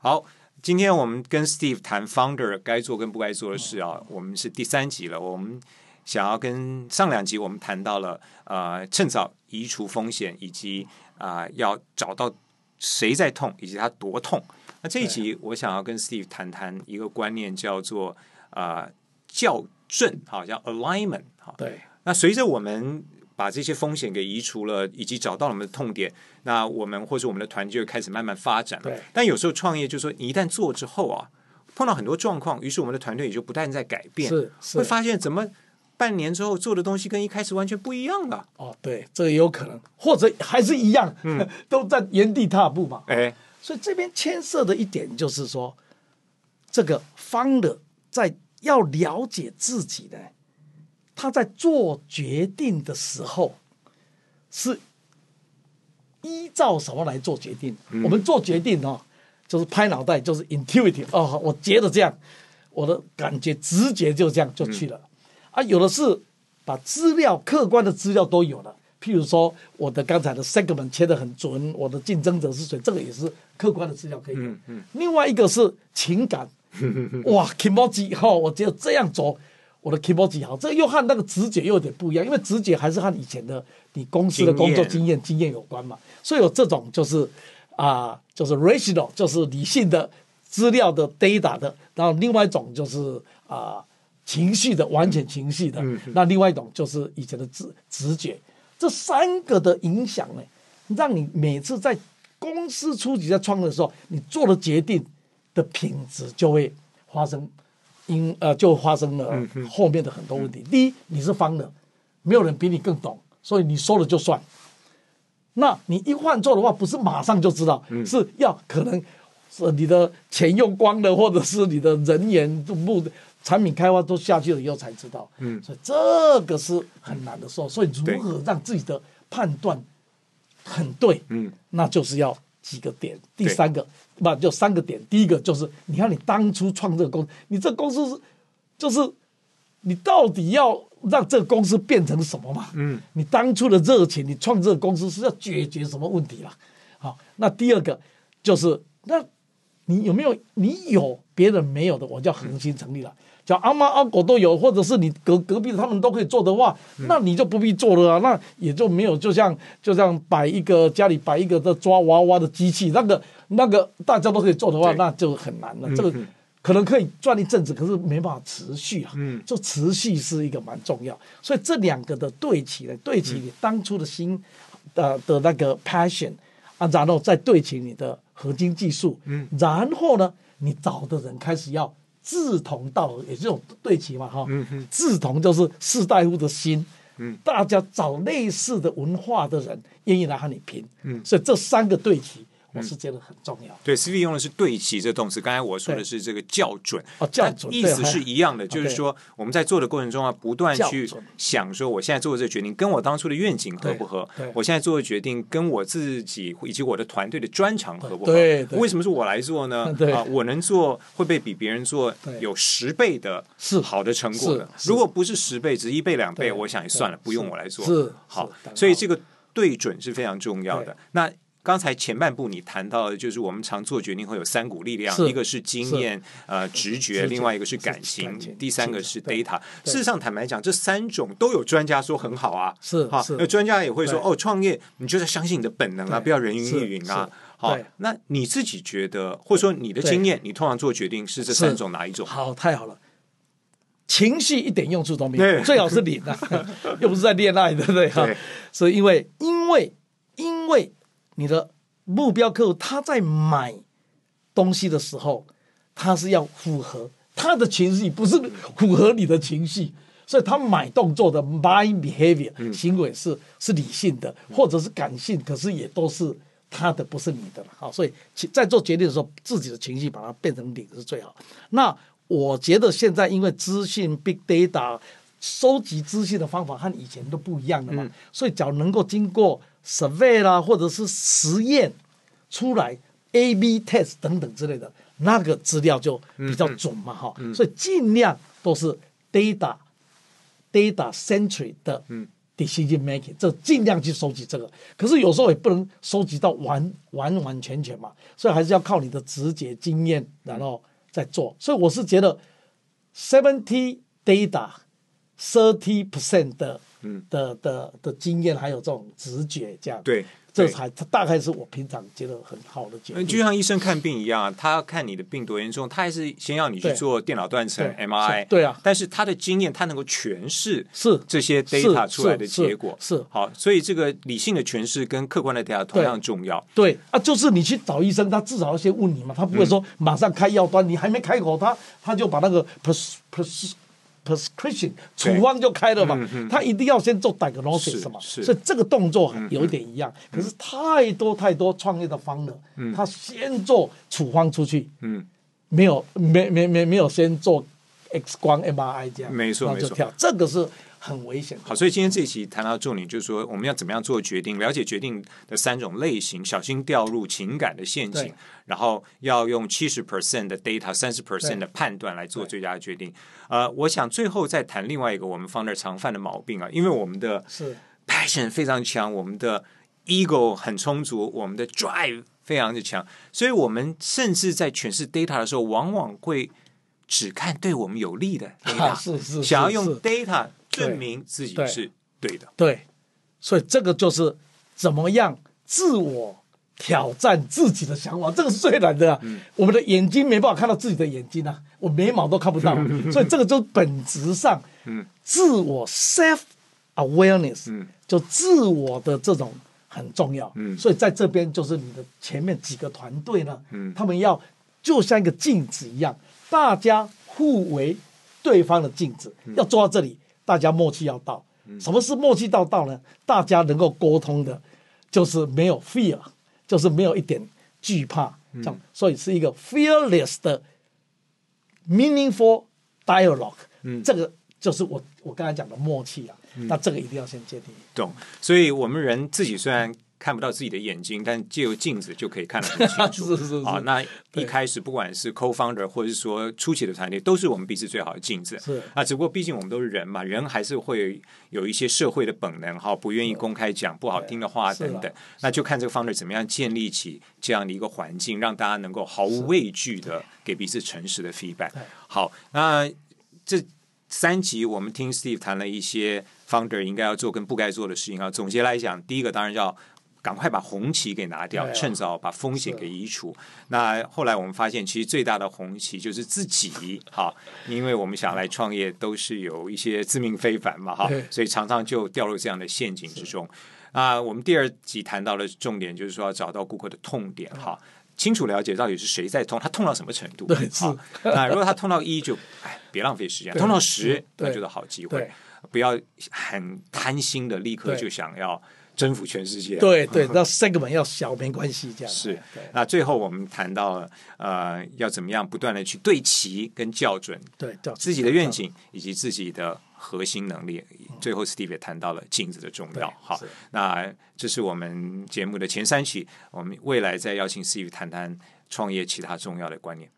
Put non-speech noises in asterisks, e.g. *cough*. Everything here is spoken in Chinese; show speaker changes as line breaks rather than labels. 好，今天我们跟 Steve 谈 founder 该做跟不该做的事啊，我们是第三集了，我们想要跟上两集我们谈到了呃，趁早移除风险，以及啊、呃要找到谁在痛，以及他多痛。那这一集我想要跟 Steve 谈谈一个观念，叫做啊校正，好叫 alignment，好。
对，
那随着我们把这些风险给移除了，以及找到了我们的痛点，那我们或者我们的团队就会开始慢慢发展了
对。
但有时候创业就是说，你一旦做之后啊，碰到很多状况，于是我们的团队也就不断在改变，
是
会
是
发现怎么半年之后做的东西跟一开始完全不一样了。
哦，对，这个也有可能，或者还是一样， *laughs* 都在原地踏步嘛。
哎，
所以这边牵涉的一点就是说，这个方的在要了解自己呢，他在做决定的时候是依照什么来做决定？我们做决定哦，就是拍脑袋，就是 intuitive 哦，我觉得这样，我的感觉直觉就这样就去了。啊，有的是把资料客观的资料都有了。譬如说，我的刚才的 segment 切得很准，我的竞争者是谁，这个也是客观的资料可以有。另外一个是情 *laughs* 感，哇 k i m o j i 哈、我只有这样走，我的 k i m o j i 好，这个又和那个直觉又有点不一样，因为直觉还是和以前的你公司的工作经验经验有关嘛，所以有这种就是啊、就是 rational，就是理性的资料的 data 的，然后另外一种就是啊。情绪的，完全情绪的。那另外一种就是以前的直直觉，这三个的影响呢，让你每次在公司初级在创业的时候，你做的决定的品质就会发生因呃就发生了后面的很多问题。第一，你是方的，没有人比你更懂，所以你说了就算。那你一换做的话，不是马上就知道，
嗯
是要可能是你的钱用光了，或者是你的人员部产品开发都下去了以后才知道。嗯，所以这个是很难的时候，所以
对
如何让自己的判断很对，
嗯，
那就是要几个点。第
对
三个，不就三个点？第一个就是你看你当初创这个公司，你这公司是就是你到底要让这个公司变成什么嘛？嗯，你当初的热情，你创这个公司是要解决什么问题啦？好，那第二个就是那。你有没有？你有别人没有的，我叫恒心成立了。叫阿猫阿狗都有，或者是你隔隔壁的他们都可以做的话，那你就不必做了啊。那也就没有，就像就像摆一个家里摆一个的抓娃娃的机器，那个那个大家都可以做的话，
对
那就很难了。这个可能可以赚一阵子，可是没办法持续啊。嗯，就持续是一个蛮重要，所以这两个的对齐呢，对齐你当初的心，呃的那个 passion 啊，然后再对齐你的核心技术，嗯，然后呢，你找的人开始要志同道合，也是这种对齐嘛，哈，嗯志同就是士大夫的心，嗯，大家找类似的文化的人，愿意来和你拼，嗯，所以这三个对齐，我是觉得很重要。
对，CV 用的是对齐这动词，刚才我说的
对
是这个校准，
哦校准
但意思
对
是一样的，就是
对
说我们在做的过程中啊，不断去
校准
想说我现在做的这个决定跟我当初的愿景合不合
对对，
我现在做的决定跟我自己以及我的团队的专长合不合
对对？对？
为什么是我来做呢
对
啊，我能做会被比别人做
对
有十倍的
是
好的成果的。
是是
如果不是十倍，只一倍两倍，
对
我想也
对
算了，不用
是
我来做。
是
好
是当，然
所以这个对准是非常重要的
对。
那刚才前半部你谈到的，就是我们常做决定会有三股力量，
是
一个是经验、呃直觉，
直觉
另外一个是感
是
情
感，情
第三个是
是对
data。事实上，坦白讲，这三种都有专家说很好啊，
是
哈
是，
那专家也会说
对
哦，创业你就在相信你的本能啊，
对
不要人云
是
亦云啊
是。
好
对，
那你自己觉得，或者说你的
对
经验，你通常做决定是这
是
三种哪一种？
好，太好了。情绪一点用处都没有，
对
最好是零
*laughs*
啊，又不是在恋爱，对不对？哈
对，
所以因为因为因为你的目标客户他在买东西的时候，他是要符合他的情绪，不是符合你的情绪，所以他买动作的 my behavior、行为是是理性的，或者是感性，可是也都是他的，不是你的了。好，所以其在做决定的时候，自己的情绪把它变成零是最好。那我觉得现在因为资讯 big data 收集资讯的方法和以前都不一样的嘛，所以只要能够经过 survey 啦，或者是实验出来 A B test 等等之类的，那个资料就比较准嘛哈、
嗯嗯
所以尽量都是 data data centric 的 decision making，这尽量去收集这个。可是有时候也不能收集到完完完全全嘛，所以还是要靠你的直觉经验，然后再做。所以我是觉得 seventy data thirty percent 的的的的经验，还有这种直觉这样，
嗯对
这
对
才大概是我平常觉得很好的决
嗯，
定。
就像医生看病一样，啊他要看你的病多严重，他还是先要你去
对
做电脑断层
对
MRI，
是对啊
但是他的经验，他能够诠释
是
这些
是
data
是
出来的
是
结果
是
好，所以这个理性的诠释跟客观的调查同
对
样重要。
对啊，就是你去找医生，他至少要先问你嘛，他不会说
嗯
马上开药单，你还没开口，他他就把那个 pres pres
对嗯
prescription 处方就开了嘛，他一定要先做 diagnosis 嘛，
是嗯
所以这个动作有点一样，可是太多太多创业的方了，他先做处方出去，
嗯，
没有没没没没有先做 X 光 MRI 这样，
没错
然后
没
就
错
跳，这个是很危险的。
好，所以今天这一期谈到重点就是说，我们要怎么样做决定，了解决定的三种类型，小心掉入情感的陷阱
对，
然后要用七十 percent 的 data、三十 percent 的判断来做最佳的决定。呃，我想最后再谈另外一个我们放那儿常犯的毛病啊，因为我们的
是
passion 非常强，我们的 ego 很充足，我们的 drive 非常的强，所以我们甚至在诠释 data 的时候，往往会只看对我们有利
*laughs*
的 data，、
是是是
想要用
是
data
对
证明自己
对
是对的。
对，所以这个就是怎么样自我挑战自己的想法，这个是最难的、啊。我们的眼睛没办法看到自己的眼睛啊，我眉毛都看不到啊，所以这个就本质上，自我 self awareness，、就自我的这种很重要。所以在这边就是你的前面几个团队呢，他们要就像一个镜子一样，大家互为对方的镜子，
嗯
要做到这里，大家默契要到。什么是默契到到呢？大家能够沟通的，就是没有 fear，就是没有一点惧怕，
嗯
这样，所以是一个 fearless 的 meaningful dialogue。嗯，这个就是我我刚才讲的默契啊。
嗯
那这个一定要先界定。
*laughs* 懂。所以我们人自己虽然看不到自己的眼睛，但借由镜子就可以看得很清楚。
是是是
啊，那一
对
开始不管是 co-founder 或者是说初期的团队，都是我们彼此最好的镜子。
是
啊，只不过毕竟我们都是人嘛，人还是会有一些社会的本能哈，不愿意公开讲不好听的话
是啊
等等。那就看这个 founder 怎么样建立起这样的一个环境，让大家能够毫无畏惧的给彼此诚实的 feedback
对。
好，那这三集我们听 Steve 谈了一些 founder 应该要做跟不该做的事情啊。总结来讲，第一个当然要赶快把红旗给拿掉，
对啊
趁早把风险给移除。那后来我们发现，其实最大的红旗就是自己。好，因为我们想来创业都是有一些自命非凡嘛，哈
对，
所以常常就掉入这样的陷阱之中。啊，我们第二集谈到的重点就是说要找到顾客的痛点哈，清楚了解到底是谁在痛，他痛到什么程度。
对是
好，那如果他痛到一就哎别浪费时间，
对
痛到十
嗯对
那就是好机会
对，
不要很贪心的立刻
对
就想要征服全世界。
对对，那 segment 要小没关系，这样
是
对，
那最后我们谈到了呃，要怎么样不断的去对齐跟校准
对对，
自己的愿景以及自己的核心能力。最后，Steve 也谈到了镜子的重要
对。
好
是，
那这是我们节目的前三期，我们未来再邀请 Steve 谈谈创业其他重要的观念。